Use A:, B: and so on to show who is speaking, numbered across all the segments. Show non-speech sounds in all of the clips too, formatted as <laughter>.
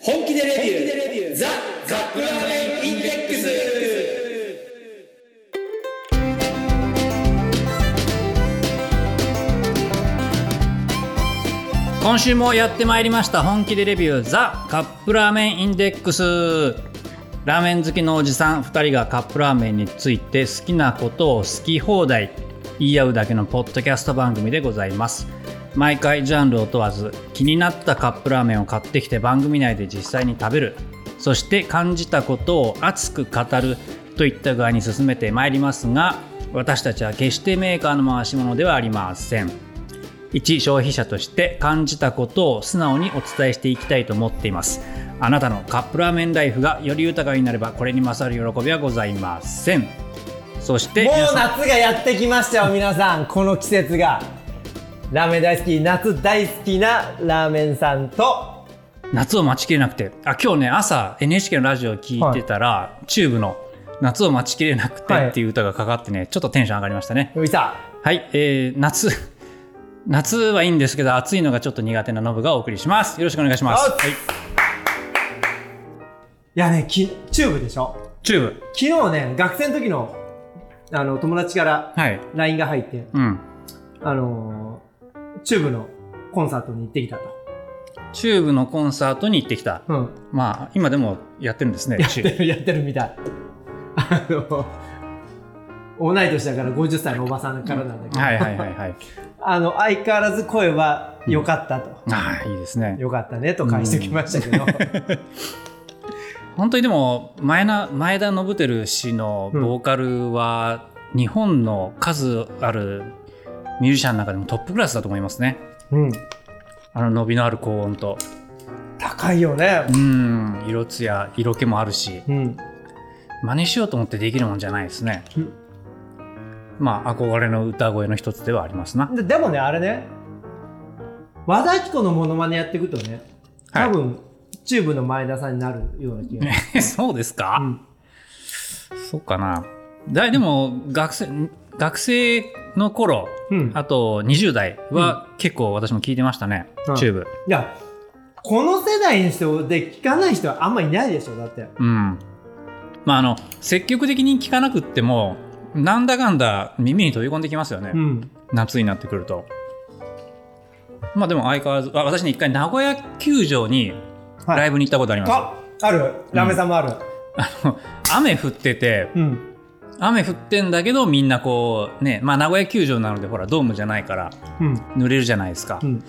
A: でレビューザ・カップラーメンインデックス
B: 今週もやってまいりました本気でレビューザ・カップラーメンインデックスラーメン好きのおじさん2人がカップラーメンについて好きなことを好き放題言い合うだけのポッドキャスト番組でございます毎回ジャンルを問わず気になったカップラーメンを買ってきて番組内で実際に食べるそして感じたことを熱く語るといった側に進めてまいりますが私たちは決してメーカーの回し物ではありません一消費者として感じたことを素直にお伝えしていきたいと思っていますあなたのカップラーメンライフがより豊かになればこれに勝る喜びはございませんそして
C: もう
B: 皆さん
C: 夏がやってきましたよ皆さんこの季節がラーメン大好き夏大好きなラーメンさんと
B: 夏を待ちきれなくてあ今日ね朝 NHK のラジオを聞いてたら、チューブの「夏を待ちきれなくて」
C: はい
B: っていう歌がかかってねちょっとテンション上がりましたね
C: よいさ
B: はい、えー、夏 <laughs> 夏はいいんですけど暑いのがちょっと苦手なノブがお送りしますよろしくお願いします、
C: あ
B: はい、
C: いやねきチューブでしょ
B: チューブ
C: 昨日ね学生の時のあの友達から
B: はい
C: LINE が入って
B: うん
C: あのーチューブのコンサートに行ってきたと、
B: チューブのコンサートに行ってきた
C: うん、
B: まあ今でもやってるんですね
C: やっ
B: チ
C: て
B: ューブ
C: <laughs> るやってるみたいあの同い年だから50歳のおばさんからなんだけど、
B: はいはい
C: <laughs>
B: はいはい
C: あの相変わらず声は良かったと、
B: ああいいですね
C: よかったねと返してきましたけど、
B: 本当にでも前な前田信輝氏のボーカルは日本の数あるミュージシャンの中でもトップクラスだと思いますね
C: うん、
B: あの伸びのある高音と
C: 高いよね
B: う、ん色つや色気もあるし
C: うん、
B: 真似しようと思ってできるもんじゃないですね
C: うん
B: まあ憧れの歌声の一つではありますな
C: ででもねあれね和田アキ子のモノマネやっていくとね
B: はい
C: 多分、チューブの前田さんになるような気
B: <laughs>
C: が
B: そうですか、
C: うん
B: そうかなだでも学生学生の頃、
C: うん
B: あと20代は結構私も聞いてましたね、
C: うん
B: チューブ
C: いやこの世代の人で聞かない人はあんまいないでしょだって
B: うん。まあ、あの、積極的に聞かなくっても、なんだかんだ耳に飛び込んできますよね。
C: うん
B: 夏になってくると。まあでも相変わらず、あ私ね、一回名古屋球場に
C: はい
B: ライブに行ったことあります。
C: ああるラメさんもある
B: あの雨降ってて、
C: うん
B: 雨降ってんだけど、みんなこう、ね、まあ名古屋球場なので、ほら、ドームじゃないから、
C: うん
B: 濡れるじゃないですか。
C: うん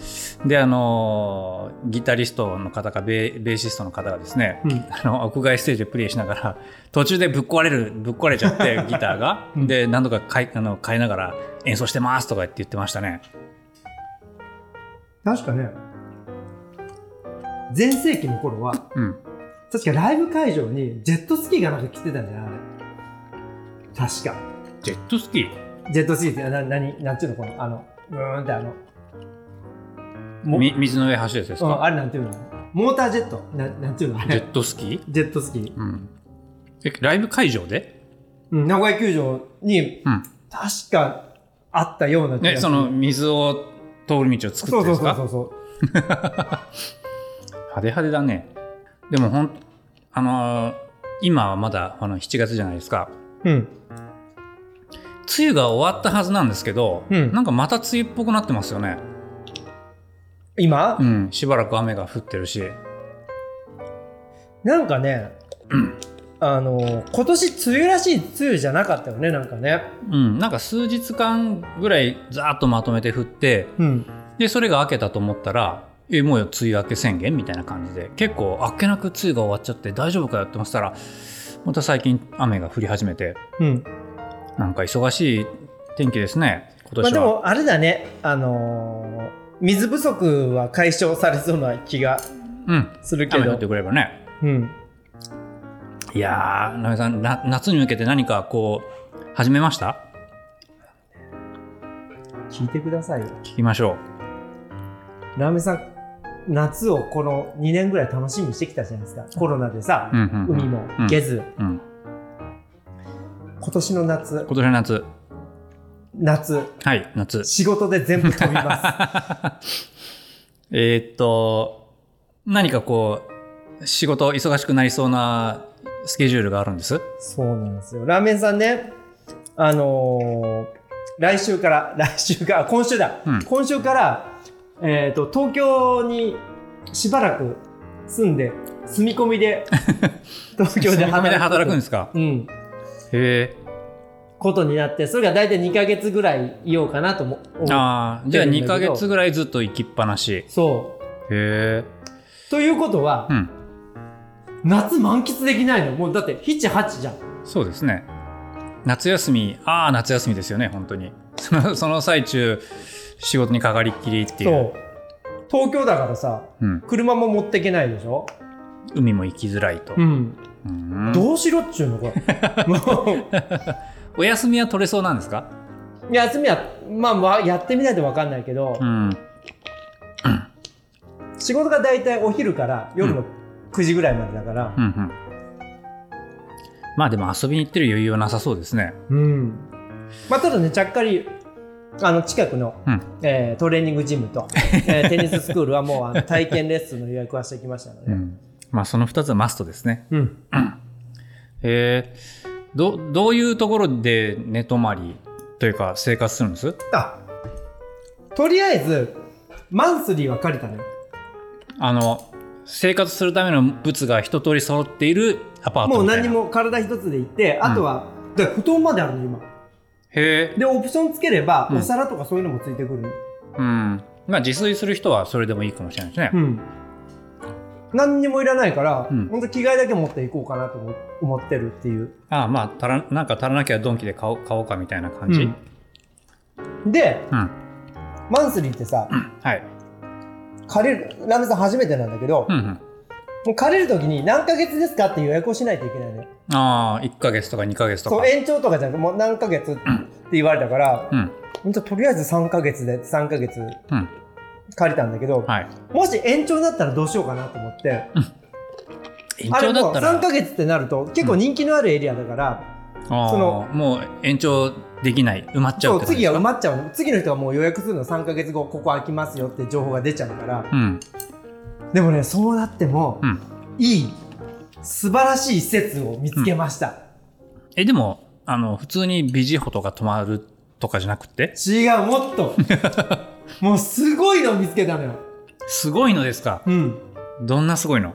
B: で、あのーギタリストの方かベー、ベーシストの方がですね、
C: うん
B: あの屋外ステージでプレイしながら途中でぶっ壊れるぶっ壊れちゃって
C: <laughs>
B: ギターが、
C: うん
B: で何度か買いあの買いながら演奏してますとかって言ってましたね
C: 確かね全盛期の頃は
B: うん
C: 確かライブ会場にジェットスキーがなんか来てたんじゃないあれ確か
B: ジェットスキー
C: ジェットスキーってな、なに、なんていうのこの、あの、うーんってあの、も
B: み水の上走るやつです
C: う
B: か、
C: ん、あれなんていうのモータージェット。ななんていうのあ
B: ジェ
C: れ
B: ットスキー
C: ジェットスキー。
B: うんえライブ会場で
C: うん、名古屋球場に、
B: うん
C: 確かあったような気がす
B: ね
C: る
B: その、水を通る道を作って
C: そうそ
B: で
C: う
B: す
C: そ
B: か
C: うそうそう。
B: 派手派手だねでもほんあのー今はまだあの7月じゃないですか
C: うん。
B: 梅雨が終わったはずなんですけど、
C: うん
B: なんかまた梅雨っぽくなってますよね
C: 今、
B: うんしばらく雨が降ってるし
C: なんかね、あの、今年梅雨らしい梅雨じゃなかったよね、なんかね。
B: うん、なんか数日間ぐらいざーっとまとめて降って
C: うん。
B: でそれが明けたと思ったらえもうよ梅雨明け宣言みたいな感じで結構あっけなく梅雨が終わっちゃって大丈夫かよって思ってたらまた最近雨が降り始めて
C: うん。
B: なんか忙しい天気ですね今
C: まあ
B: 年
C: で
B: は、
C: も、あれだね、あのー水不足は解消されそうな気が
B: うん
C: するけ
B: 雨降
C: ど
B: って。くればね
C: うん。
B: いやーなべさんな夏に向けて何かこう始めました
C: 聞いてくださいよ。
B: 聞きましょ
C: ラーメンさん、夏をこの2年ぐらい楽しみにしてきたじゃないですか。コロナでさ
B: う、、うんうんうん
C: 海も
B: うん、
C: ゲズ、
B: うん、
C: 今年の夏、
B: 今年の夏
C: 夏、
B: はい夏
C: 仕事で全部飛びます。
B: えーっと、何かこう、仕事忙しくなりそうなスケジュールがあるんです。 <laughs>
C: そうなんですよ。ラーメンさんね、あのー来週から、来週から、今週だ、
B: うん
C: 今週から、えっ、と、東京にしばらく住んで、住み込
B: <laughs>
C: みで、東京で
B: 住み込みで働くんですす
C: <laughs>
B: か
C: うん。
B: へ
C: ことになって、それが大体2ヶ月ぐらいいようかなとも思
B: え。
C: う。
B: ああ、じゃあ
C: 出るんだ
B: 2
C: けど
B: ヶ月ぐらいずっと行きっぱなし。へ
C: そう。
B: え。
C: ということは
B: う、ん。
C: 夏満喫できないの。もうだって、7、8じゃん。
B: そうですね。夏休み、ああ、夏休みですよね、本当に。その <laughs> その最中、仕事にかかりっきりっていう。
C: そう。東京だからさ、
B: うん、
C: 車も持ってけないでしょ
B: 海も行きづらいと。
C: うん。
B: うん
C: どうしろっちゅうのこ
B: <laughs>
C: れ。もう
B: お休みは取れそうなんですか
C: 休みは、まあわ、やってみないと分かんないけど、
B: うん。
C: 仕事が大体お昼から夜の9時ぐらいまでだから
B: う、んうん。まあでも遊びに行ってる余裕はなさそうですね。
C: うん。まあ、ただね、ちゃっかり、あの、近くの、
B: うん。
C: えートレーニングジム
B: <laughs>
C: と、えーテニススクールはもうあの体験レッスンの予約はしてきましたの
B: う
C: で。
B: ん、まあその2つはマストですね。
C: うん。
B: へえ。ど、どういうところで寝泊まりというか生活するんです
C: あ、とりあえず、マンスリーは借りたのよ。
B: あの、生活するための物が一通り揃っているアパー
C: も
B: ト
C: う
B: みたいな。
C: 何も体一つで行って、あとは、で布団まであるの、今。
B: へえ。
C: で、オプションつければ、
B: うん
C: お皿とかそういうのもついてくるの。
B: うん。まあ自炊する人はそれでもいいかもしれないですね
C: う。ん、何にもいらないから、
B: うん
C: 本当着替えだけ持っていこうかなと思思ってるっていう、
B: ああ、まあ足ら、なんか足らなきゃドンキで買おう買おうかみたいな感じ。うん。
C: で
B: うん、
C: マンスリーってさ、
B: はい。
C: 借りるラムさん初めてなんだけど、
B: うん、う
C: も
B: ん。
C: う借りる時に何ヶ月ですかって予約をしないといけないのよ
B: ああ、1ヶ月とか2ヶ月とか。
C: そう延長とかじゃなくてもう何ヶ月って言われたから、
B: うん。
C: ほんととりあえず3ヶ月で3ヶ月
B: うん。
C: 借りたんだけど、
B: はい。
C: もし延長だったらどうしようかなと思って
B: 延
C: あれ
B: 長だ
C: も
B: ったら、
C: 3ヶ月ってなると結構人気のあるエリアだから、
B: ああ
C: その
B: もう延長できない、埋まっちゃ
C: そう
B: っ
C: う
B: てことで
C: 次
B: す
C: は埋
B: か
C: まっちゃうの次の人はもう予約するの3ヶ月後ここ空きますよって情報が出ちゃうから
B: うん。
C: でもねそうなっても、
B: うん。
C: いい素晴らしい施設を見つけました、
B: え、でも、あの、普通にビジホとか泊まるとかじゃなくて、
C: 違うも
B: <laughs>
C: っともうすごいの見つけたのよ
B: すごいのですか
C: うん
B: どんなすごいの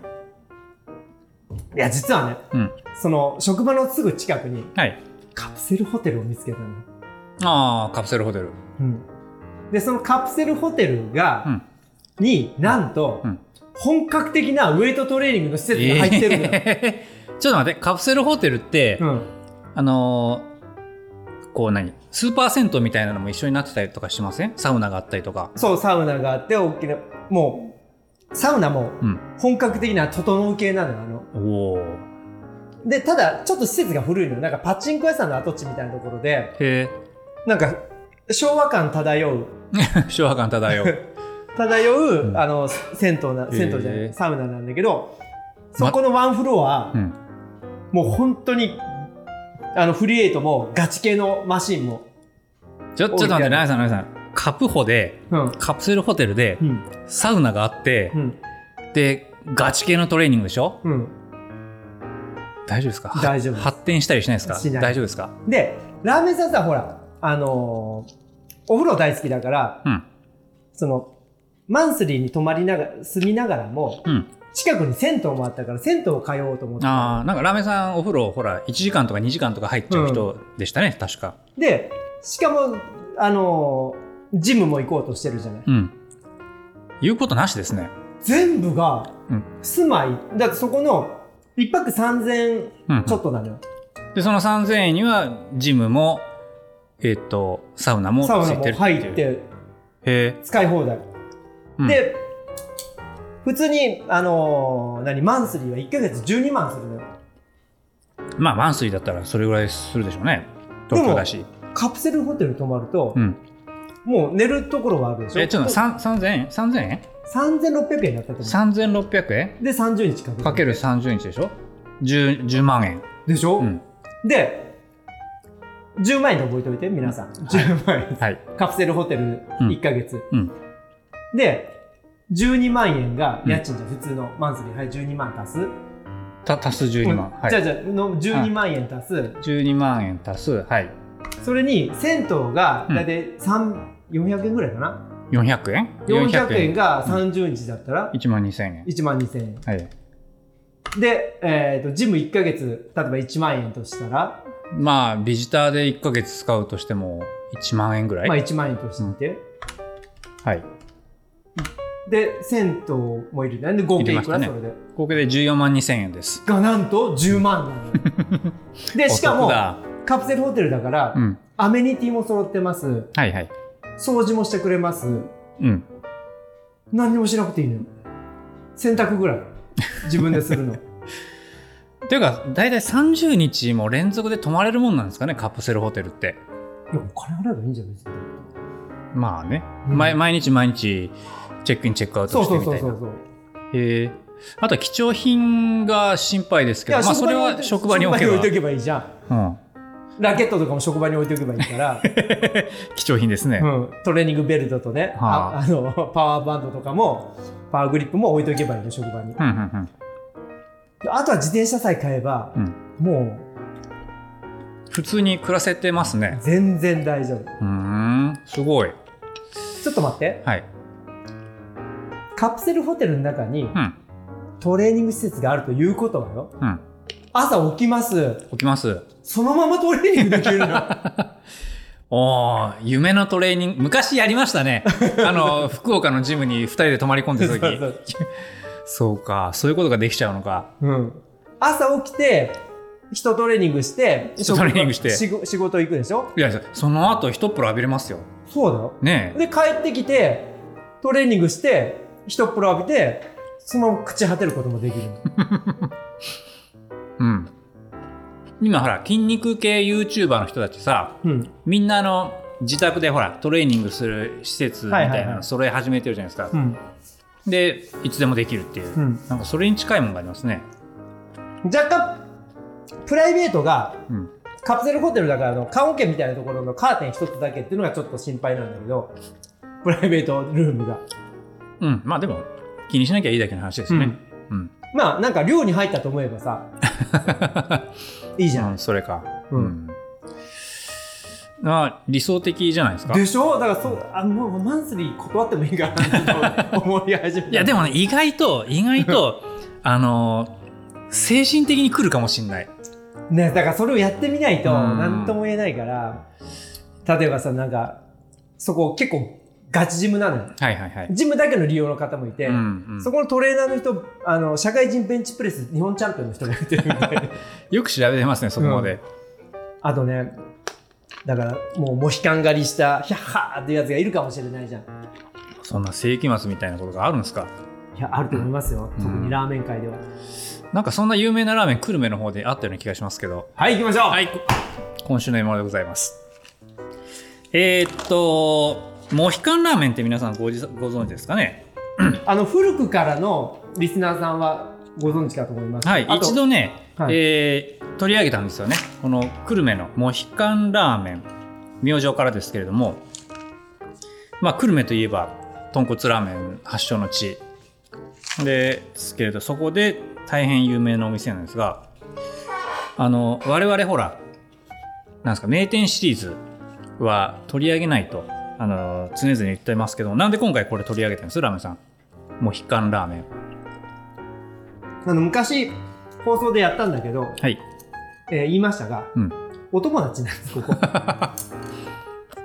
C: いや実はね
B: うん。
C: その職場のすぐ近くに
B: はい。
C: カプセルホテルを見つけたのよ、
B: ああ、カプセルホテル。
C: うん、でそのカプセルホテルが、
B: うん
C: になんと、
B: うん
C: 本格的なウェイトトレーニングの施設が入ってるのよ、
B: えー <laughs> ちょっと待って、カプセルホテルって、
C: うん
B: あのーこう何スーパー銭湯みたいなのも一緒になってたりとかしませんサウナがあったりとか。
C: そう、サウナがあって、大きな、もう、サウナも
B: うん。
C: 本格的な整う系なのよ、あの。
B: おお。
C: で、ただ、ちょっと施設が古いのよ。なんかパチンコ屋さんの跡地みたいなところで、
B: へえ。
C: なんか、昭和感漂う、
B: <laughs> 昭和感漂う。
C: 漂う、
B: うん
C: あの、銭湯な、銭湯じゃな
B: へ
C: い
B: え、
C: サウナなんだけど、そこのワンフロア、
B: うん。
C: もう本当に、あの、フリーエイトもガチ系のマシンも。
B: ちょ、ちょっと待って、ナイさん、ナイさん。カプホで、
C: うん。
B: カプセルホテルで
C: う、ん。
B: サウナがあって
C: う、ん。
B: で、ガチ系のトレーニングでしょ
C: うん。
B: 大丈夫ですか
C: 大丈夫です
B: 発展したりしないですか
C: しない
B: 大丈夫ですか
C: で、ラーメンさんさ、ほら、あのーお風呂大好きだから、
B: うん。
C: その、マンスリーに泊まりながら、住みながらも、
B: うん。
C: 近くに銭湯もあったから、銭湯を通おうと思って。
B: ああ、なんかラーメンさんお風呂、ほら、1時間とか2時間とか入っちゃう人でしたね、確か。
C: で、しかも、あのージムも行こうとしてるじゃない。
B: うん。言うことなしですね。
C: 全部が
B: うん、
C: 住まい、だってそこの、一泊三千
B: うん。
C: ちょっとなのよ。
B: で、その3000円には、ジムも、えっ、と、サウナもつ
C: サウナ
B: いて
C: も
B: る
C: 入
B: いう
C: って、
B: へえ。
C: 使い放題。
B: うん
C: で、普通に、あのー何、マンスリーは1ヶ月12万するのよ。
B: まあ、マンスリーだったらそれぐらいするでしょうね。東京だし。
C: カプセルホテル泊まると
B: う、ん。
C: もう寝るところはあるでしょ。
B: え、ちょっと、さん3000円 ?3000 円
C: 3600円だったと思う。
B: ?3600 円
C: で30日かける
B: かける30日でしょ 10, ?10 万円。
C: でしょ、
B: うん。
C: で10万円で覚えておいて皆さん、10万円
B: はい。
C: カプセルホテル
B: うん
C: 1ヶ月、
B: うん
C: で12万円が家賃じゃん普通のマンスリー、はい、12万足す、
B: た足す12万、
C: うん
B: は
C: じゃあ
B: い
C: じゃあの12万円足す、
B: 12万円足すはい
C: それに銭湯が大体3 400円ぐらいかな
B: 400円
C: 400円が30日だったら
B: 1万2000円
C: 1万2000円
B: はい
C: で、えー、とジム1ヶ月例えば1万円としたら、
B: まあビジターで1ヶ月使うとしても1万円ぐらい、
C: まあ、1万円として、
B: はい
C: で銭湯もいるなんで合計いくら、
B: いりましたね
C: それで
B: 合計で14万2000円です
C: がなんと10万なのよ
B: <laughs>
C: でし
B: お
C: か
B: 得
C: も
B: だ
C: カプセルホテルだから、
B: うん
C: アメニティも揃ってます
B: はいはい
C: 掃除もしてくれます
B: うん
C: 何にもしなくていいのよ洗濯ぐらい自分です
B: <laughs>
C: るの
B: っていうか大体30日も連続で泊まれるもんなんですかねカプセルホテルって
C: いやお金払えばいいんじゃないですか
B: まあね、
C: うん
B: 毎毎日毎日チェックインチェックアウ
C: そ
B: トし
C: う
B: て
C: そ
B: み
C: う
B: たいな
C: そうそうそう
B: へえあとは貴重品が心配ですけどまあそれは職場に置け
C: 職
B: ば
C: 置いとけばいいじゃん
B: うん、
C: ラケットとかも職場に置いておけばい
B: <laughs>
C: いから、
B: 貴重品ですね、
C: うん、トレーニングベルトとね、
B: はあ
C: あ、あのパワーバンドとかもパワーグリップも置いておけばいいの職場に
B: うんうん
C: であとは自転車さえ買えば、
B: うん
C: も
B: うん、普通に暮らせてます
C: う
B: ね
C: 全然大丈夫
B: うーんすごい
C: ちょっと待って
B: はい、
C: カプセルホテルの中
B: う
C: に
B: ん
C: トレーニング施設があるということはよ
B: うん、
C: 朝起きます
B: 起きます
C: そのままトレーニングできるの
B: おー夢のトレーニング昔やりました
C: <laughs>
B: ねあの福岡のジムに2人で泊まり込んでた時
C: そうそう
B: そうかそういうことができちゃうのか
C: うん、朝起きて人トレーニングして
B: 人トレーニングして
C: 仕事仕事行くでしょ
B: いやその後一っ風呂浴びれますよ
C: そうだよ
B: ねえ
C: で帰ってきてトレーニングして一っ風呂浴びてそのまま朽ち果てることもできるの
B: うん今ほら筋肉系 YouTuber の人たちさ
C: うん
B: みんなあの自宅でほらトレーニングする施設みたい
C: はい
B: な
C: はいは
B: の
C: い
B: それ始めてるじゃないですか、
C: うん
B: でいつでもできるっていう、
C: うん
B: なんかそれに近いものがありますね
C: 若干プライベートが
B: うん
C: カプセルホテルだからあの棺桶みたいなところのカーテン一つだけっていうのがちょっと心配なんだけどプライベートルームが、
B: うんまあでも気にしなきゃいいだけの話ですねうん、
C: まあなんか寮に入ったと思えば <laughs> さいいじゃん
B: うん、それか。
C: うん
B: あ理想的じゃないですか。
C: で
B: い
C: しょだからそうあもうマンスリー断ってもいいかなと思い始めた
B: や、でもね、意外と、意外
C: <laughs>
B: と、あのー精神的に来るかもしれない。
C: ねだからそれをやってみないと
B: うん
C: 何とも言えないから例えばさなんかそこ結構ガチジムなのよ
B: はいはいはい。
C: ジムだけの利用の方もいて、
B: うんうん
C: そこのトレーナーの人あの社会人ベンチプレス日本チャンピオンの人がや <laughs> ってるみたいで
B: よく調べてますね、そこまで。
C: あとねだからもうモヒカン狩りしたヒャッハーっていうやつがいるかもしれないじゃん
B: そんな世紀末みたいなことがあるんですか。
C: いやあると思いますよ、
B: うん
C: 特にラーメン界では
B: なんかそんな有名なラーメン、久留米の方であったような気がしますけど。
C: はい行きましょう、
B: はい、こ今週の獲物でございます。えー、っと、モヒカンラーメンって皆さんごじご存知ですかね
C: あの古くからのリスナーさんはご存知かと思います
B: はい、
C: あと
B: 一度ね、
C: はい
B: えー取り上げたんですよねこの久留米のモヒカンラーメン明星からですけれども、まあ、久留米といえば豚骨ラーメン発祥の地ですけれどそこで大変有名なお店なんですがあの我々ほらなんですか名店シリーズは取り上げないとあの常々言ってますけどなんで今回これ取り上げてるんですラーメンさんモヒカンラーメン
C: あの昔放送でやったんだけど、
B: はい、
C: えー言いましたが
B: うん、
C: お友達なんですこ
B: <laughs>
C: こは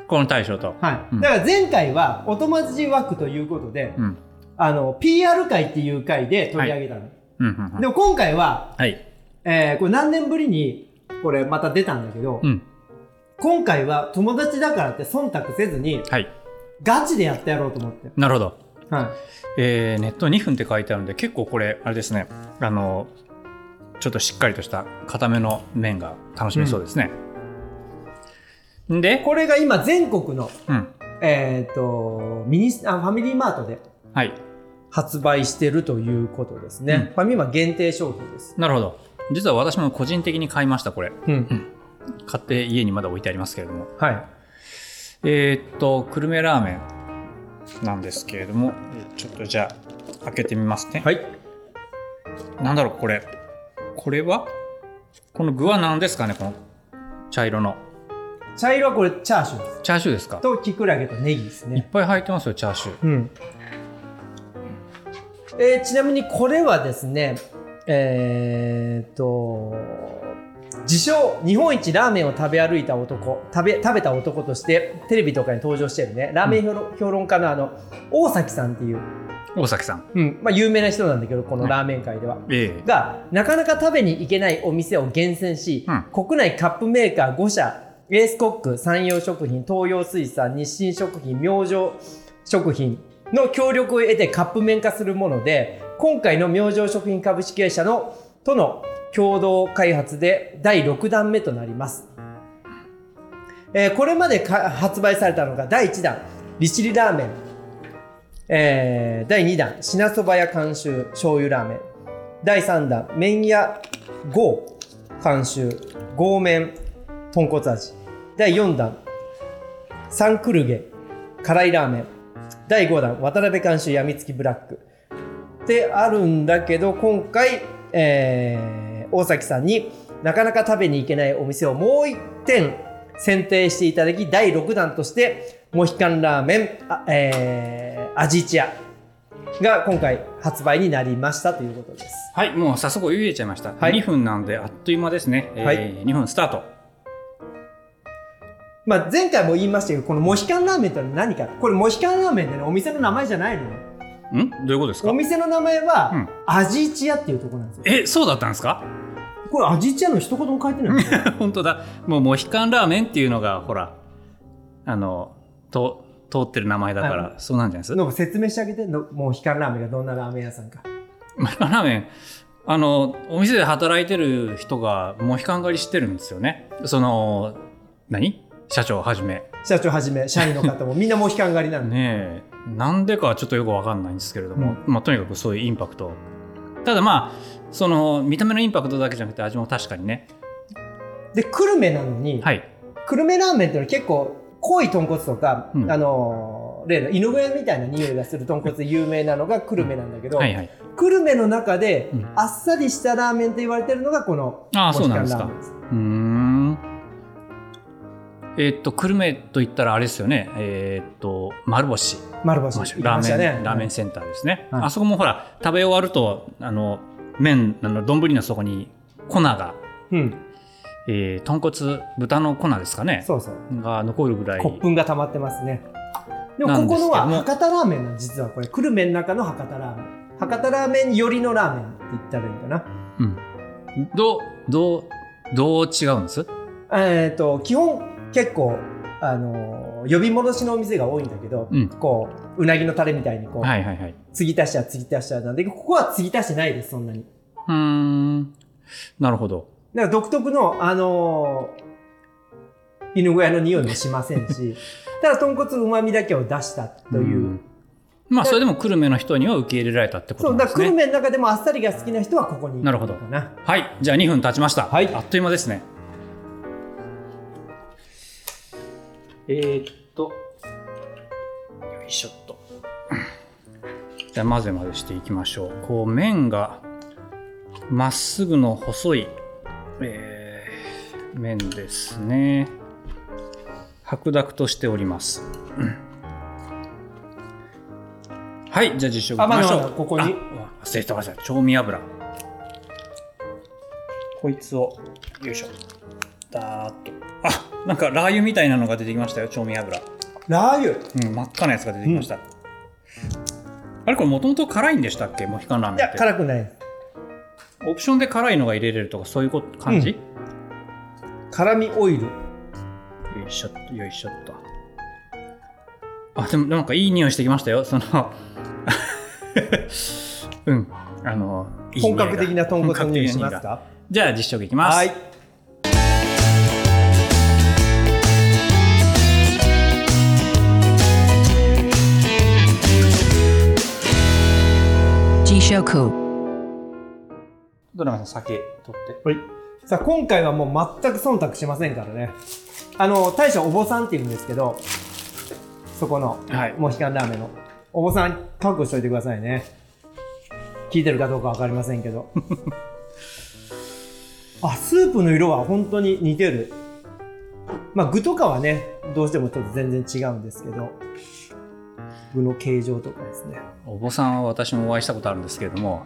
B: この大将とう
C: い
B: ん
C: だから前回はお友達枠ということで、
B: うん。
C: あの PR 会っていう会で取り上げたの、
B: うんうんうん
C: でも今回は、
B: はい。
C: えーこれ何年ぶりにこれまた出たんだけど、
B: うん。
C: 今回は友達だからって忖度せずに
B: はい。
C: ガチでやってやろうと思って、
B: なるほど。
C: はい、
B: えー、ネット2分って書いてあるんで、結構これ、あれですね。あの、ちょっとしっかりとした固めの麺が楽しめそうですね。ん、で、
C: これが今全国の、
B: うん。
C: えー、とミニスあファミリーマートで
B: はい。
C: 発売してるということですね、
B: うん
C: ファミマ限定商品です、
B: なるほど。実は私も個人的に買いました、これ。
C: うん
B: 買って家にまだ置いてありますけれども。
C: はい
B: えーっと、久留米ラーメン。なんですけれどもちょっとじゃあ開けてみますね、
C: はい
B: なんだろうこれこれはこの具は何ですかねこの茶色の
C: 茶色はこれチャーシューです
B: チャーシューですか
C: とキクラゲとネギです
B: いっ
C: ね
B: ぱい入ってますよチャーシュー
C: うん、えーちなみにこれはですねえーっと自称日本一ラーメンを食べ歩いた男食べ食べた男としてテレビとかに登場してるねラーメン評論,、評論家のあの大崎さんっていう、
B: 大崎さん
C: うんまあ、有名な人なんだけどこのラーメン界では、
B: ええ
C: がなかなか食べに行けないお店を厳選し、
B: うん
C: 国内カップメーカー5社エースコック山陽食品東洋水産日清食品明星食品の協力を得てカップ麺化するもので今回の明星食品株式会社のとの共同開発で第6弾目となります、えーこれまでか発売されたのが第1弾利尻ラーメン、えー第2弾品そば屋監修醤油ラーメン第3弾麺屋豪監修豪麺豚骨味第4弾サンクルゲ辛いラーメン第5弾渡辺監修やみつきブラックってあるんだけど今回、えー大崎さんになかなか食べに行けないお店をもう1点選定していただき第6弾としてモヒカンラーメン、あえー、アジチアが今回発売になりましたということです。
B: はいもう早速入れちゃいました、
C: はい
B: 2分なんであっという間ですね、え
C: はい
B: 2分スタート
C: まあ、前回も言いましたけどこのモヒカンラーメンというのは何かこれモヒカンラーメンでねお店の名前じゃないのよ
B: んどういうことです
C: お
B: か
C: 店の名前
B: う
C: は
B: ん
C: アジチアっていうところなんですよ
B: えそうだったんですか <laughs>
C: これアジチアの一言も書いてないんですよ
B: 本当だもうモヒカンラーメンっていうのがほらあのと通ってる名前だから、
C: は
B: そうなんじゃないです
C: なんか説明してあげてのモヒカンラーメンがどんなラーメン屋さんか
B: モヒカンラーメンあのお店で働いてる人がモヒカン狩りしてるんですよねその何社長はじめ
C: 社長はじめ社員の方もみんなモヒカン狩りなんで、
B: ねえなんでかはちょっとよくわかんないんですけれども、まあ、とにかくそういうインパクトただまあその見た目のインパクトだけじゃなくて味も確かにね
C: で久留米なのに、
B: はい
C: 久留米ラーメンっていうのは結構濃い豚骨とか、
B: うん
C: あのー例の井上みたいな匂いがする豚骨で有名なのが久留米なんだけど、
B: はいはい
C: 久留米の中で、
B: うん
C: あっさりしたラーメンと言われてるのがこの
B: ああ
C: モ
B: そう
C: ヒカ
B: なん
C: ン
B: です
C: ラー
B: か
C: メンです
B: うーんえっと久留米といったらあれですよねえっと丸星
C: 丸干し行き
B: ラ
C: ま
B: ー
C: し
B: メ
C: た
B: ン、
C: ね
B: ラーメンセンターですね、
C: はい
B: あそこもほら食べ終わるとあの麺あの丼の底に粉が、
C: うん
B: えー豚骨豚の粉ですかね
C: そうそう
B: が残るぐらい
C: 骨粉が溜まってますねでも
B: なん
C: こ
B: です
C: こ
B: けど
C: のは博多ラーメンなの実はこれ久留米の中の博多ラーメン博多ラーメン寄りのラーメンって言ったらいいかな
B: うん、どうどうどう違うんです
C: えっ、と基本結構あのー呼び戻しのお店が多いんだけど、
B: うん
C: こううなぎのタレみたいにこう、
B: はいはいはいう
C: 継ぎ足しは継ぎ足しはなんでここは継ぎ足してないですそんなに
B: ーんなるほど
C: だから独特の、あのー犬小屋の匂いもしませ
B: <laughs>
C: んし、ただ豚骨旨味だけを出したという。
B: んまあそれでも久留米の人には受け入れられたってこ
C: そ
B: と
C: う、
B: なん
C: だ
B: で
C: から
B: す
C: 久留
B: ね
C: 米の中でもあっさりが好きな人はここに。
B: なるほど
C: かな。
B: はいじゃあ2分経ちました、
C: はい
B: あっという間ですねえー、っとよいしょっとじゃあ混ぜ混ぜしていきましょうこう麺がまっすぐの細い、えー麺ですね白濁としておりますうんはいじゃあ実食いき
C: あま
B: ま
C: だ
B: し
C: ま
B: ょう
C: だここに
B: あ忘れてました調味油こいつをよいしょだーっとあなんかラー油みたいなのが出てきましたよ調味油
C: ラー油。
B: うん、真っ赤なやつが出てきました。あれこれもともと辛いんでしたっけモヒカンラーメン
C: いや、
B: って。
C: 辛くないです。
B: オプションで辛いのが入れれるとかそういうこと感じ、
C: 辛味オイル。
B: よいしょっと、よいしょっと。あ、でもなんかいい匂いしてきましたよ。その、 <laughs> うん。あの、いい匂
C: 本
B: いが
C: 格的な豚骨の匂いし
B: 本格的
C: ます
B: な匂いが
C: か
B: じゃあ実食いきます。
C: はい。
D: Jishoku.
B: ドラマさん酒取って。
C: はい。さあ、今回はもう全く忖度しませんからね。あの、大将お坊さんって言うんですけど、そこの
B: はい
C: モヒカンラーメンのお坊さん覚悟しといてくださいね聞いてるかどうか分かりませんけど <laughs> あスープの色は本当に似てるまあ具とかはねどうしてもちょっと全然違うんですけど具の形状とかですね
B: お坊さんは私もお会いしたことあるんですけれども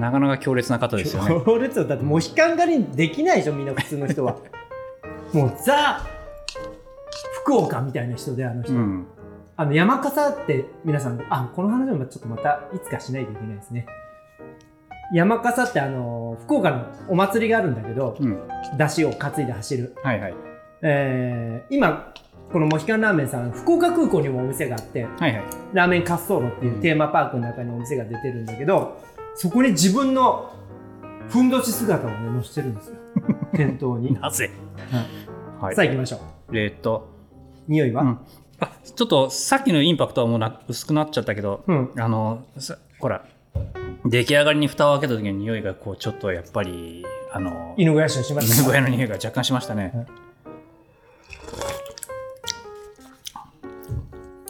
B: なかなか強烈な方ですよね
C: 強烈だだってモヒカン狩りできないでしょみんな普通の
B: <laughs>
C: 人はもうザ福岡みたいな人であの人、
B: うん
C: あの山笠って皆さんあこの話もちょっとまたいつかしないといけないですね山笠ってあの福岡のお祭りがあるんだけど
B: うん
C: 出汁を担いで走る、
B: はいはい
C: えー今このモヒカンラーメンさん福岡空港にもお店があって
B: はいはい
C: ラーメン滑走路っていうテーマパークの中にお店が出てるんだけど、そこに自分のふんどし姿をね、載せてるん
B: <laughs>
C: ですよ。店頭に。
B: なぜはい、
C: さあ行きましょう。
B: えーっと、
C: 匂いうは、
B: ん、あちょっとさっきのインパクトはもうな薄くなっちゃったけど
C: うん、
B: あのさほら出来上がりに蓋を開けた時の匂いがこうちょっとやっぱりあの
C: 犬小屋市をしま
B: 犬
C: し
B: 小
C: た。
B: 屋の匂いが若干しましたね、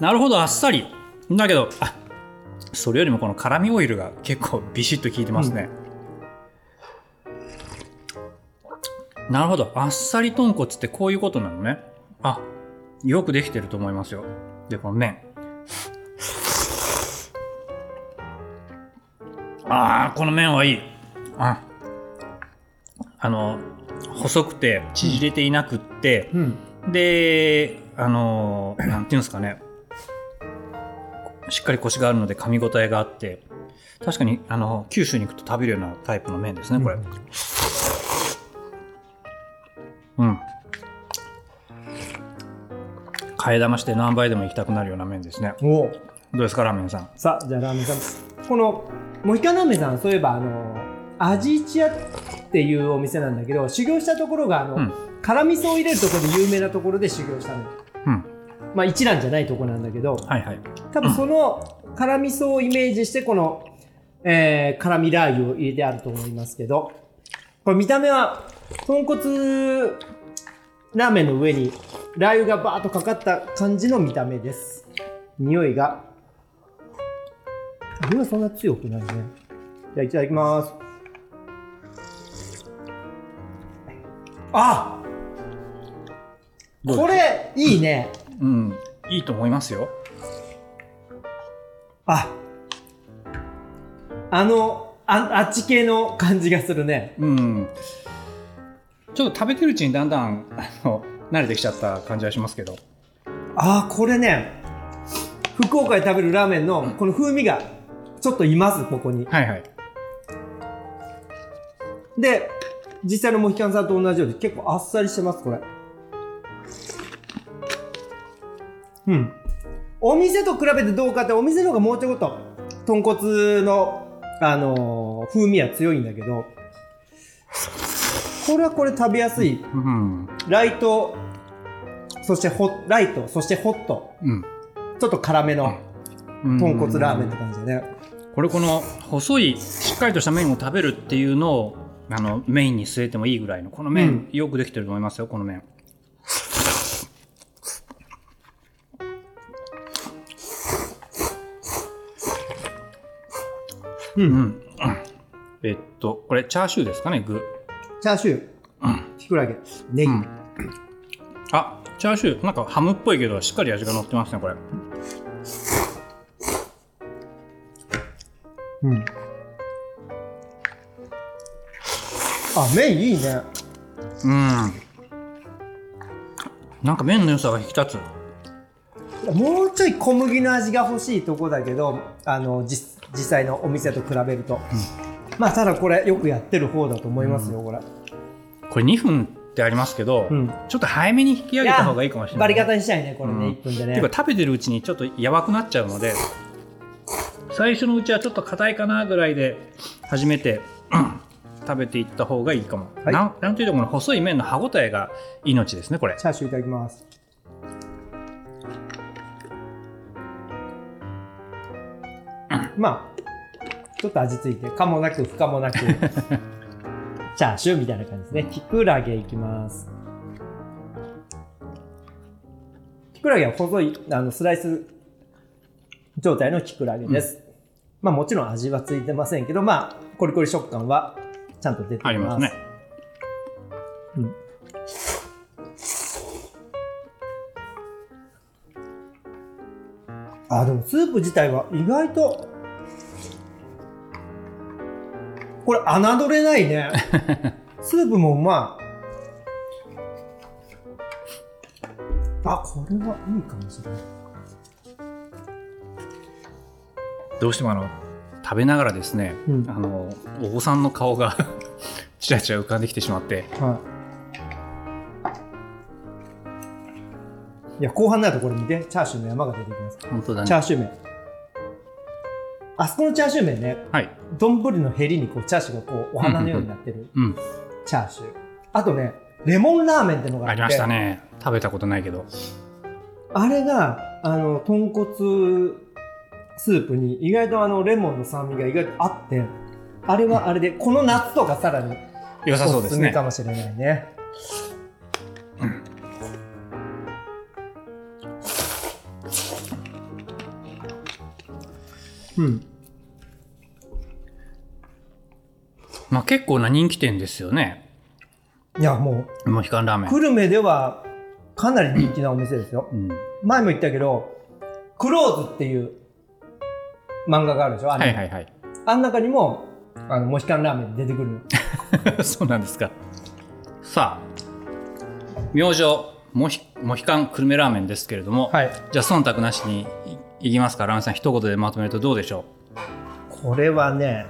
B: なるほどあっさりだけどあそれよりもこの辛みオイルが結構ビシッと効いてますね、なるほどあっさり豚骨ってこういうことなのねあよくできてると思いますよでこの麺ああこの麺はいいああの細くて縮れていなくって、
C: うん。
B: であのーなんていうんですかねしっかりコシがあるので噛み応えがあって確かにあの九州に行くと食べるようなタイプの麺ですねこれ
C: うん
B: うん替え玉して何倍でも行きたくなるような麺ですね
C: おう
B: どうですかラーメンさん
C: さあ、じゃあラーメンさん。この、モヒカンラーメンさん、そういえば、あの、アジチアっていうお店なんだけど、修行したところが、あの、
B: うん
C: 辛味噌を入れるところで有名なところで修行したの。
B: うん
C: まあ一蘭じゃないとこなんだけど、
B: はいはい
C: 多分その辛味噌をイメージしてこの、えー、辛味ラー油を入れてあると思いますけどこれ見た目は豚骨ラーメンの上にラー油がバーッとかかった感じの見た目です匂いが匂いはそんな強くないねじゃあいただきますあ
B: どう
C: これいいね、
B: うんいいと思いますよ
C: ああのああっち系の感じがするね
B: うんちょっと食べてるうちにだんだんあの慣れてきちゃった感じはしますけど
C: ああこれね福岡で食べるラーメンのこの風味がちょっといますここに
B: はいはい
C: で実際のモヒカンさんと同じようで結構あっさりしてますこれうんお店と比べてどうかってお店の方がもうちょこっと豚骨の、あのー風味は強いんだけどこれはこれ食べやすい
B: うん
C: ライト、そしてホライト、そしてホット、
B: うん
C: ちょっと辛めの
B: うん
C: 豚骨ラーメンって感じだね。
B: これこの細いしっかりとした麺を食べるっていうのをあのメインに据えてもいいぐらいのこの麺、よくできてると思いますよこの麺
C: うん
B: うん、うんえっとこれチャーシューですかね具
C: チャーシュー、きくらげ、ネギ。
B: うんあチャーシューなんかハムっぽいけどしっかり味が乗ってますねこれ
C: うんあ、麺いいね。
B: うんなんか麺の良さが引き立つ
C: もうちょい小麦の味が欲しいとこだけど、あの、じ実際のお店と比べると。まあ、ただこれ、よくやってる方だと思いますよ、これ。
B: これ2分ってありますけど、
C: うん
B: ちょっと早めに引き上げた方がいいかもしれな
C: バ
B: い
C: リ方にしたいね、これね、
B: うん
C: 1分で
B: て
C: ね。
B: いうか食べてるうちにちょっとやばくなっちゃうので最初のうちはちょっと硬いかなぐらいで初めてうん食べていった方がいいかも、
C: はい
B: なんなんというとこの細い麺の歯ごたえが命ですねこれ
C: チャーシューいただ
B: <laughs>
C: きます。まあ、ちょっと味付いて、かもなく、不可
B: <laughs>
C: もなく、チャーシューみたいな感じですね。きくらげいきます。きキクラゲは細いあのスライス状態のキクラゲです、まあもちろん味はついてませんけどまあコリコリ食感はちゃんと出ています
B: ありますね。
C: あでもスープ自体は意外とこれ侮れな
B: <laughs>
C: いねスープもうまいあこれはいいかもしれない
B: どうしてもあの食べながらですね、
C: うん
B: あのお子さんの顔が <laughs> ちらちら浮かんできてしまって
C: はいいや後半になるとこれ見てチャーシューの山が出てきます
B: 本当だ
C: チャ
B: ね
C: ーシュー麺あそこのチャーシュー麺ね
B: はい
C: 丼のへりにこうチャーシューがこうお花のようになってる
B: うん
C: チャーシューあとねレモンラーメンってのがあ
B: あ
C: って
B: りましたね食べたことないけど
C: あれがあの豚骨スープに意外とあのレモンの酸味が意外とあってあれはあれでこの夏とかさらに
B: 良さそう
C: お
B: ですす
C: め
B: ね
C: かもしれないね。うん、
B: まあ結構な人気店ですよね
C: いやも
B: モヒカンラーメ
C: う
B: ン
C: 久留米ではかなり人気なお店ですよ。
B: うん
C: 前も言ったけど「クローズ」っていう漫画があるでしょあ,、
B: はいはいはい <laughs>
C: あん中にもあのモヒカンラーメン出てくる
B: そうなんですかさあ明星モヒモヒカン久留米ラーメンですけれども、
C: はい
B: じゃあ忖度なしにいいきますかラーメンさん一言でまとめるとどうでしょ
C: これはね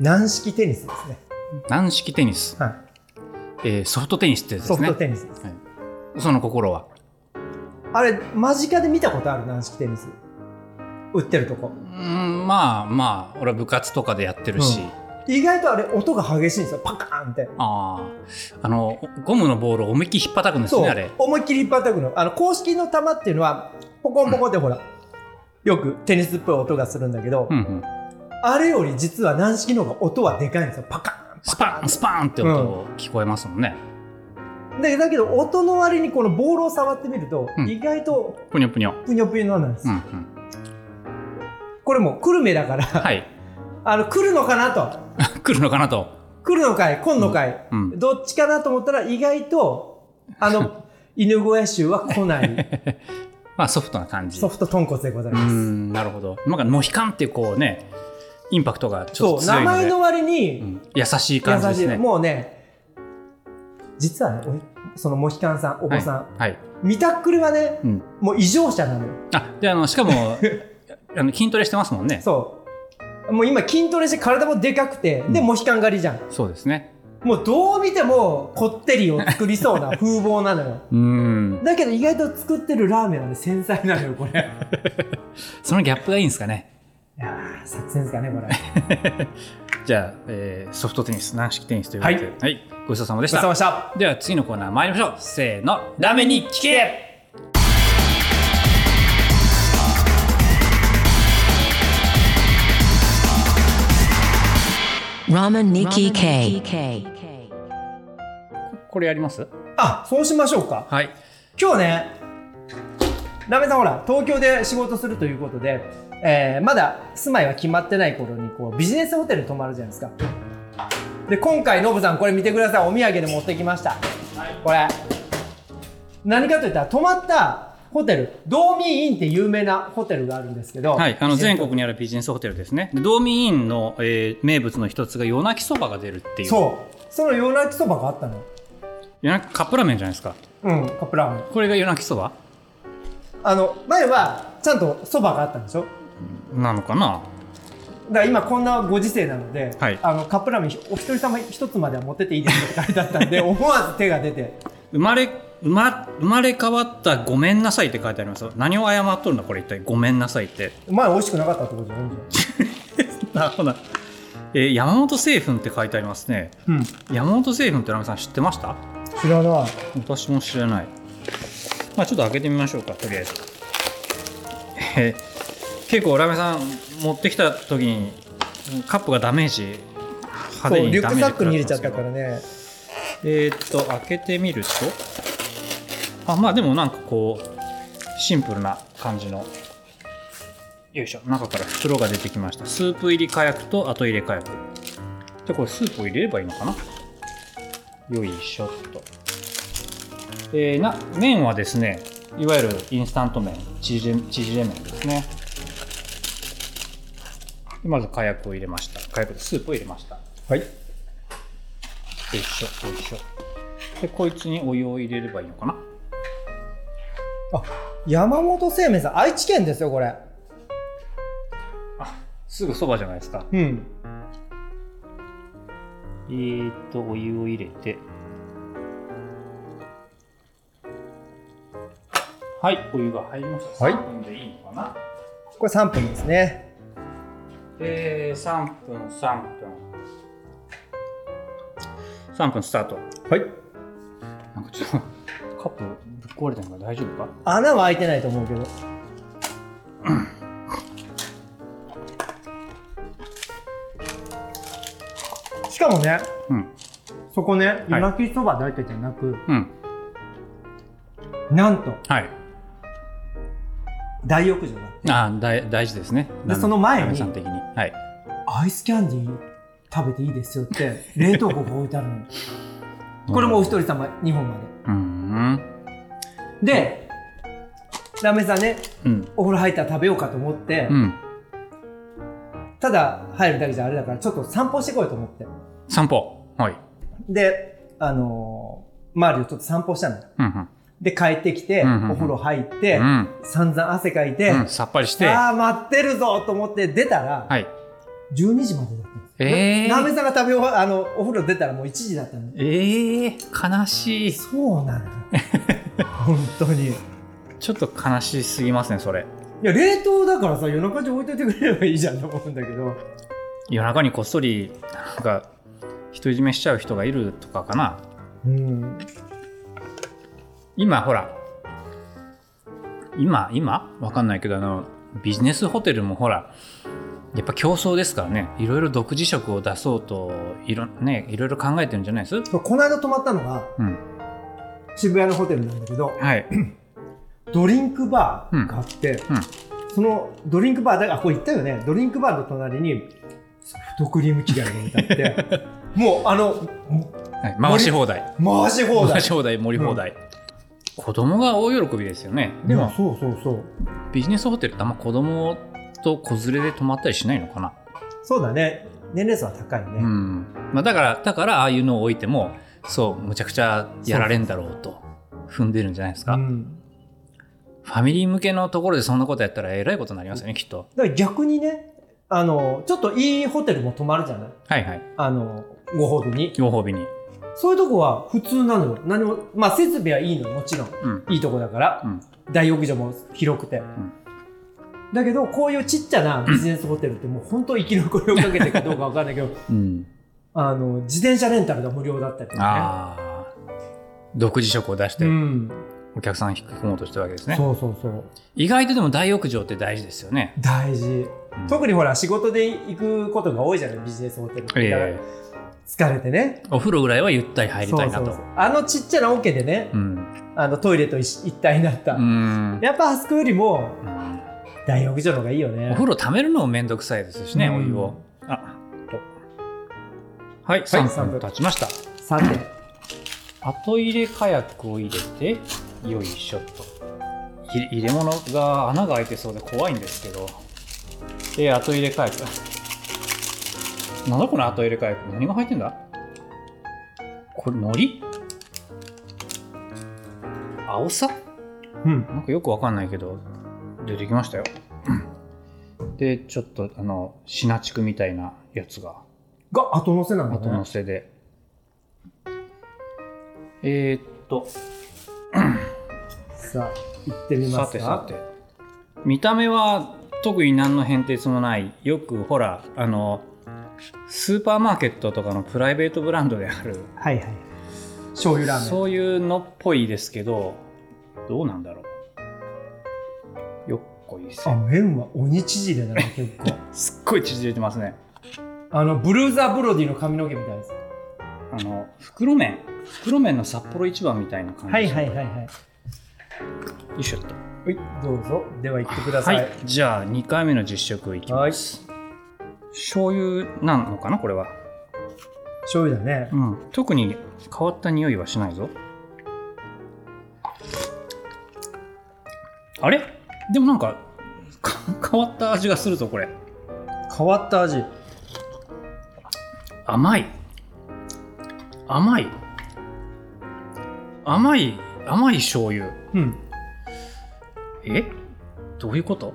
C: 軟式テニスですね、
B: う軟式テニス、
C: は
B: えーソフトテニスってや
C: い、
B: つで
C: ソ
B: す
C: フ
B: ね
C: トテニスです、
B: はい、その心は
C: あれ間近で見たことある軟式テニス売ってるとこ
B: うんまあまあ俺は部活とかでやってるし、
C: うん意外とあれ音が激しいんですよパカーンって
B: あああのゴムのボールを思いっきり引っ叩くんです
C: そ
B: ね
C: う
B: あれ
C: 思いっきり引っ張ってくのあの公式の球っていうのはポコンポコンってほら、よくテニスっぽい音がするんだけど、
B: うんうん、
C: あれより実は軟式の方が音はでかいんですよパカーン
B: スパーンスパーンって音聞こえますもんね、
C: でだけど音の割にこのボールを触ってみると、
B: うん
C: 意外と
B: ぷにょぷにょ
C: ぷにょぷにょなんです、
B: うんうん
C: これもう久留米だから、
B: はい <laughs>
C: あの来るのかなと
B: 来るのかなと
C: 来るのかい来んのかい、
B: うん
C: どっちかなと思ったら意外とあの
B: <laughs>
C: 犬小屋臭は来ない
B: ま <laughs> あソフトな感じ
C: ソフト豚骨でございうます、
B: んなるほどなんかモヒカンっていうこうねインパクトがちょっ
C: そ
B: と
C: う
B: 強いの
C: 名
B: で
C: 前の割
B: う
C: に
B: ん優しい感じ
C: 優しい、
B: ですね
C: もうね実はねおいそのモヒカンさんおばさん、
B: はい、はい
C: 見たっくりはね
B: うん、
C: もう異常者なのよ
B: あであのしか
C: <laughs>
B: もあの筋トレしてますもんね
C: そうもう今筋トレして体もでかくて、で
B: うん
C: モヒカン狩りじゃん
B: そうですね
C: もうどう見てもこってりを作
B: <laughs>
C: りそうな風貌なのよ
B: うん
C: だけど意外と作ってるラーメンはね繊細なのよこ
B: <laughs>
C: れいや
B: そのギャップがいいんですかね
C: ー作戦ですか
B: <laughs>
C: ねこれ
B: じゃあ、えーソフトテニス、軟式テニスということで、
C: は
B: はいい、ごちそうさまでし
C: ごちそうさま
B: た。
C: でした
B: では次のコーナー参りましょう。せーの、ラメに聞け
D: ラマニキ K
B: これやります
C: あそうしましょうか
B: はい。
C: 今日ねラメさんほら東京で仕事するということで、えーまだ住まいは決まってない頃にこうビジネスホテルに泊まるじゃないですかで今回ノブさんこれ見てくださいお土産で持ってきました、これ何かといったら泊まったホテルドーミーインって有名なホテルがあるんですけど、
B: はい、あの全国にあるビジネスホテルですね。でドーミーインの、えー名物の一つが夜泣きそばが出るっていう。う。
C: そうその夜泣きそばがあったの
B: 夜泣きカップラーメンじゃないですか。
C: うんカップラーメン
B: これが夜泣きそば
C: あの前はちゃんとそばがあったんでしょ
B: なのかな
C: だから今こんなご時世なので、
B: はい
C: あのカップラーメンお一人様一つまでは持ってっていいですよって書いてあったんで思わず手が出て
B: 生まれ、生ま、生まれ変わったごめんなさいって書いてありますよ。何を謝っとるんだこれ一体。ごめんなさいって。
C: 前美味しくなかったってことじゃないんじ
B: <laughs> なるほど。えー山本製粉って書いてありますね。
C: ゃない、
B: 山本製粉ってラメさん知ってました
C: 知らない
B: 私も知らない、まあ、ちょっと開けてみましょうかとりあえず、えー結構ラメさん持ってきた時にカップがダメージ派手
C: そう
B: に
C: リュッ
B: ダ
C: ク
B: メ
C: サ
B: ー
C: ッ
B: ジ
C: クに入れちゃったかららね
B: えーっと開けてみるとあまあでもなんかこうシンプルな感じのよいしょ中から袋が出てきましたスープ入り火薬と後入れ火薬じゃあこれスープを入れればいいのかなよいしょっとえーな麺はですねいわゆるインスタント麺縮れ縮れ麺ですねでまず火薬を入れました火薬でスープを入れました
C: はい
B: よいしょよいしょでこいつにお湯を入れればいいのかな
C: あ山本製麺さん愛知県ですよこれ
B: すぐそばじゃないですか
C: うん
B: えー、っと、お湯を入れて。はい、お湯が入りました。
C: はい
B: 3分でいいのかな
C: これ3分ですね
B: えー、3分、3分。3分スタート。
C: はい
B: なんかちょっと、カップぶっ壊れてるから大丈夫か
C: 穴は開いてないと思うけどしかもね
B: うん。
C: そこね
B: はい
C: 今きそばだけじゃなく、
B: うん。
C: なんと
B: はい。
C: 大浴場だ
B: あーだい大事ですね。
C: でその前に
B: ラーメンさん的に。はい。
C: アイスキャンディー食べていいですよって
B: <laughs>
C: 冷凍庫が置いてあるのよこれもお一人様2本ま
B: うーん。
C: ででラーメンさんね
B: うん。
C: お風呂入ったら食べようかと思って、
B: うん。
C: ただ入るだけじゃあれだからちょっと散歩してこようと思って
B: 散歩。はい。
C: であのー周りをちょっと散歩したのよ
B: うんうん。
C: で帰ってきて、
B: うんうんうん
C: お風呂入って、
B: うん
C: 散々汗かいて、
B: うん。さっぱりして。は
C: ああ待ってるぞと思って出たら、
B: い。
C: 12時までだったんです
B: えー。
C: ラーメンさんが食べ終わあのお風呂出たらもう1時だったんで
B: ええ悲しい。
C: そうなんだ本当にい
B: ちょっと悲しすぎますね、それ。
C: や冷凍だからさ夜中に置いといてくれればいいじゃんと思うんだけど
B: 夜中にこっそり、なんか、独り占めしちゃう人がいるとかかな。
C: うん
B: 今、ほら、今、今わかんないけど、あの、ビジネスホテルもほら、やっぱ競争ですからね、いろいろ独自色を出そうと、いろ、ね、いろいろ考えてるんじゃないです
C: そうこの間泊まったのが
B: うん。
C: 渋谷のホテルなんだけど
B: はい。
C: ドリンクバーがあって、
B: うん
C: そのドリンクバーだからこれ言ったよねドリンクバーの隣にソフトクリーム機が置いてあって
B: <laughs>
C: もうあの
B: はい回し放題。
C: 回し放題
B: 回し放題、盛り放題。子供が大喜びですよね。
C: で
B: でも、
C: もそうそうそう
B: ビジネスホテルってあんま子供と子連れで泊まったりしないのかな、
C: そうだね年齢層は高いね、
B: うんまあ、だからだからああいうのを置いてもそうむちゃくちゃやられんだろうと踏んでるんじゃないですか、
C: うん
B: ファミリー向けのところでそんなことやったらえらいことになりますよねきっと
C: だから逆にねあのちょっといいホテルも泊まるじゃない
B: はいはい
C: あのご褒美に
B: ご褒美に
C: そういうとこは普通なのよ何もまあ設備はいいのよもちろん
B: うん
C: いいとこだから、
B: うん
C: 大浴場も広くて、
B: ん
C: だけどこういうちっちゃなビジネスホテルってもう本当生き残りをかけてるかどうかわかんないけど
B: うん
C: あの自転車レンタルが無料だったりとか
B: ああ独自色を出して
C: ねうん、
B: お客さん引き込もうとしてるわけですね、
C: そうそうそう
B: 意外とでも大浴場って大事ですよね、
C: 大事
B: うん
C: 特にほら仕事で行くことが多いじゃないビジネスホテルって、だから
B: え
C: 疲れてね
B: えお風呂ぐらいはゆったり入りたいなと
C: そうそうそうあのちっちゃなオケでね、
B: うん
C: あのトイレと一一体になった、
B: うん
C: やっぱあそこよりも
B: うん
C: 大浴場の方がいいよね
B: お風呂溜めるのもめんどくさいですしね、
C: うん
B: お湯を。あ、と。はい、3分経ちました。
C: さて
B: 後入れ火薬を入れて、よいしょっと。い入れ物が穴が開いてそうで怖いんですけど。えー後入れ火薬。なんだこの後入れ火薬。何が入ってんだこれ、海苔青さ
C: うん
B: なんかよくわかんないけど出てきましたよ。でちょっとあのシナチクみたいなやつが
C: が後乗せなんだ
B: 後
C: ね
B: 乗せで。えーっと
C: さあ行ってみま
B: さ
C: す
B: て
C: か
B: さて見た目は特に何の変哲もないよくほらあのスーパーマーケットとかのプライベートブランドである
C: はいはい醤油ラーメン
B: そういうのっぽいですけどどうなんだろうよっこいせ
C: あ麺は鬼縮 <laughs> れだな結構
B: すっごい縮れてますね。
C: あのブルーザーブロディの髪の毛みたいです
B: あの袋麺袋麺の札幌一番みたいな感じ
C: はいはいはいはい
B: よいしょっと
C: はい、どうぞ。では行ってください。
B: はい、じゃあ2回目の実食いきます、醤油なのかなこれは、
C: 醤油だね。
B: うん、特に変わった匂いはしないぞあれでもなんかか変わった味がするぞこれ
C: 変わった味。
B: 甘い甘い甘い甘い醤油
C: うん。
B: えどういうこと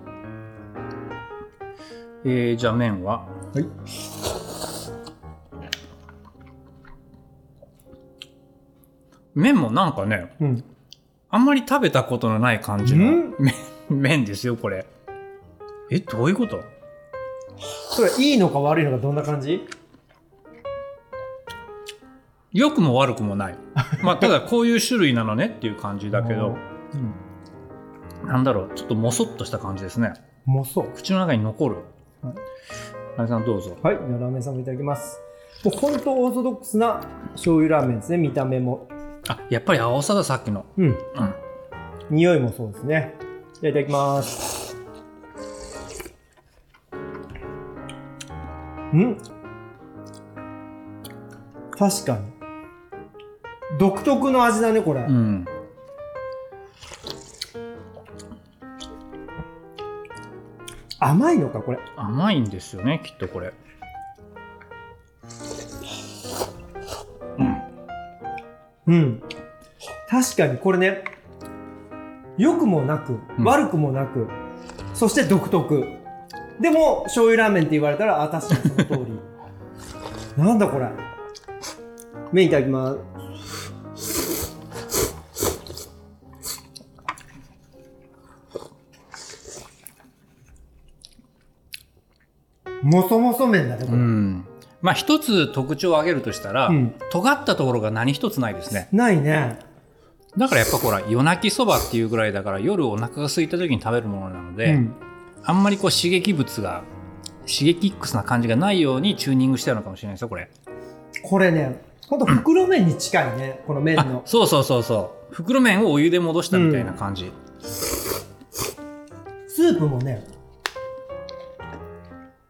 B: えー、じゃあ麺は
C: はい。
B: 麺もなんかね
C: うん。
B: あんまり食べたことのない感じの
C: ん
B: 麺麺ですよこれえどういうこと
C: それいいのか悪いのかどんな感じ？
B: 良くも悪くも
C: <laughs>
B: ないまあただこういう種類なのねっていう感じだけど、なんだろうちょっともそっとした感じですね
C: もそう。
B: 口の中に残る
C: はい
B: あれさんどうぞ
C: はい。ではラーメンさんもいただきます。もう本当オーソドックスな醤油ラーメンですね。見た目も。
B: あやっぱり青さださっきの
C: うん。
B: うん
C: 匂いもそうですね。じゃあいただきます。うん確かに。独特の味だね、これ。
B: うん
C: 甘いのか、これ。
B: 甘いんですよねきっとこれ
C: うん。確かに、これね、良くもなく、
B: うん
C: 悪くもなく、そして独特。でも、醤油ラーメンって言われたら、あ、確かにその通
B: <laughs>
C: り。なんだこれ。麺いただきます。もそもそ麺だね、こ
B: う
C: れ。
B: んまあ一つ特徴を挙げるとしたら、
C: うん
B: 尖ったところが何一つないですね
C: ないね。
B: だからやっぱほら夜泣きそばっていうぐらいだから夜お腹が空いた時に食べるものなので、
C: うん
B: あんまりこう刺激物が刺激ックスな感じがないようにチューニングしてあるのかもしれないですよこれ
C: これね、ほんと袋麺に近いね、この麺
B: あ
C: の。
B: そうそうそうそう袋麺をお湯で戻したみたいな感じ、
C: スープもね、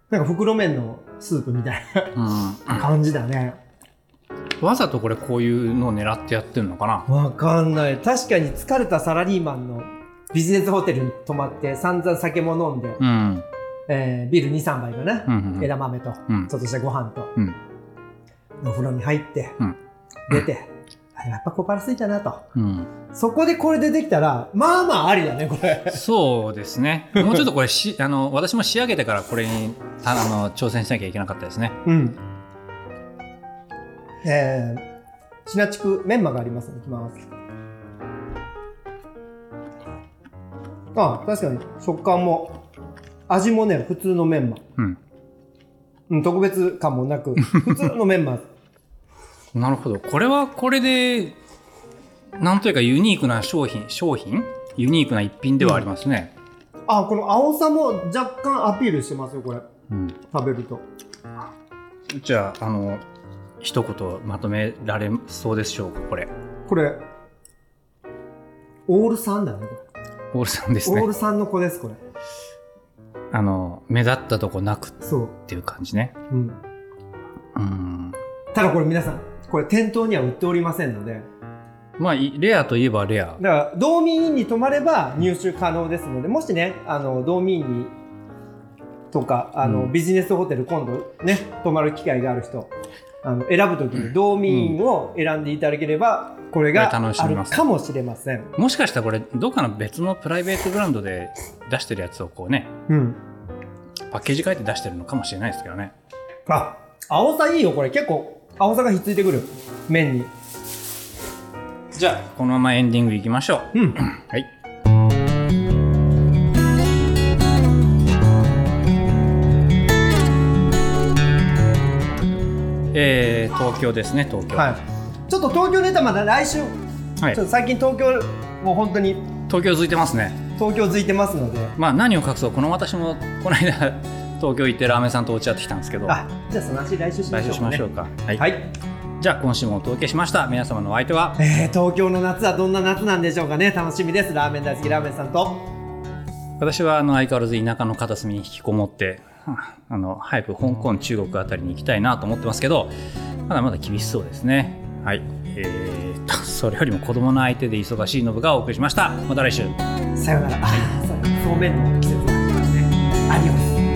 C: なんか袋麺のスープみたい
B: うん
C: な感じだね。
B: わざとこれこういうのを狙ってやってるのかな
C: わかんない。確かに疲れたサラリーマンのビジネスホテルに泊まって散々酒も飲んで、
B: うん
C: えービール2、3杯かな、
B: うんうん
C: 枝豆と、
B: うん
C: ちょっとしたご飯と、
B: うん
C: お風呂に入って、
B: うん
C: 出て、あやっぱ小腹空いたなと。
B: うん
C: そこでこれ出てきたら、まあまあありだね、これ。
B: そうですね。もうちょっとこれし、あの、私も仕上げてからこれに、ああの、挑戦しなきゃいけなかったですね。
C: うん。えー、シナチクメンマがありますので、いきます。あ、確かに食感も、味もね、普通のメンマ。
B: うん。
C: うん、特別感もなく、 <laughs> 普通のメンマ。
B: なるほど。これはこれで、なんというかユニークな商品、商品ユニークな一品ではありますね。
C: あ、この青さも若干アピールしてますよ、これ。
B: うん。
C: 食べると。
B: じゃあ、あの、一言まとめられそうでしょうか、これ。
C: これ、オール3だね、こ
B: オールさんです
C: れ。オー
B: ね。
C: ル3の子です、これ。
B: あの、目立ったとこなくっ
C: そう。
B: ていう感じね。
C: うん。
B: うん。
C: ただこれ皆さん、これ店頭には売っておりませんので、
B: まあ、いレアといえばレア。
C: だから道民院に泊まれば入手可能ですのでもしねあの道民院にとかあの、
B: うん
C: ビジネスホテル今度ね泊まる機会がある人あの選ぶ時に道民院を選んでいただければ、これが
B: これ楽し
C: あ
B: め
C: る
B: ます
C: かもしれません、
B: もしかしたらこれ、どっかの別のプライベートブランドで出してるやつをこうね、
C: うん、
B: パッケージ変えて出してるのかもしれないですけどね。
C: あ青さいいよこれ結構青さがひっついてくる麺に
B: じゃあ、このままエンディングいきましょう。
C: うん
B: はい。えー、東京ですね、東京。
C: はいちょっと東京ネタまだ来週、
B: はい
C: ちょっと最近東京もう本当に
B: 東京続いてますね。
C: 東京づいてますので
B: まあ、何を隠そう、この私も、この間、 <laughs> 東京行ってラーメン屋さんと落ち合ってきたんですけど、
C: あじゃあその話来週しま
B: 来
C: し
B: 週
C: ょう
B: し
C: か
B: ま
C: ね
B: しょうか。はい。
C: はい
B: じゃあ今週もお届けしました皆様のお相手は
C: えー東京の夏はどんな夏なんでしょうかね楽しみですラーメン大好きラーメンさんと
B: 私はあの相変わらず田舎の片隅に引きこもってはああの早く香港中国あたりに行きたいなと思ってますけどまだまだ厳しそうですねはいえー、っとそれよりも子供の相手で忙しいノブがお送りしましたまた来週
C: さよならあーそうそうめんの季節が来ましたねアディオス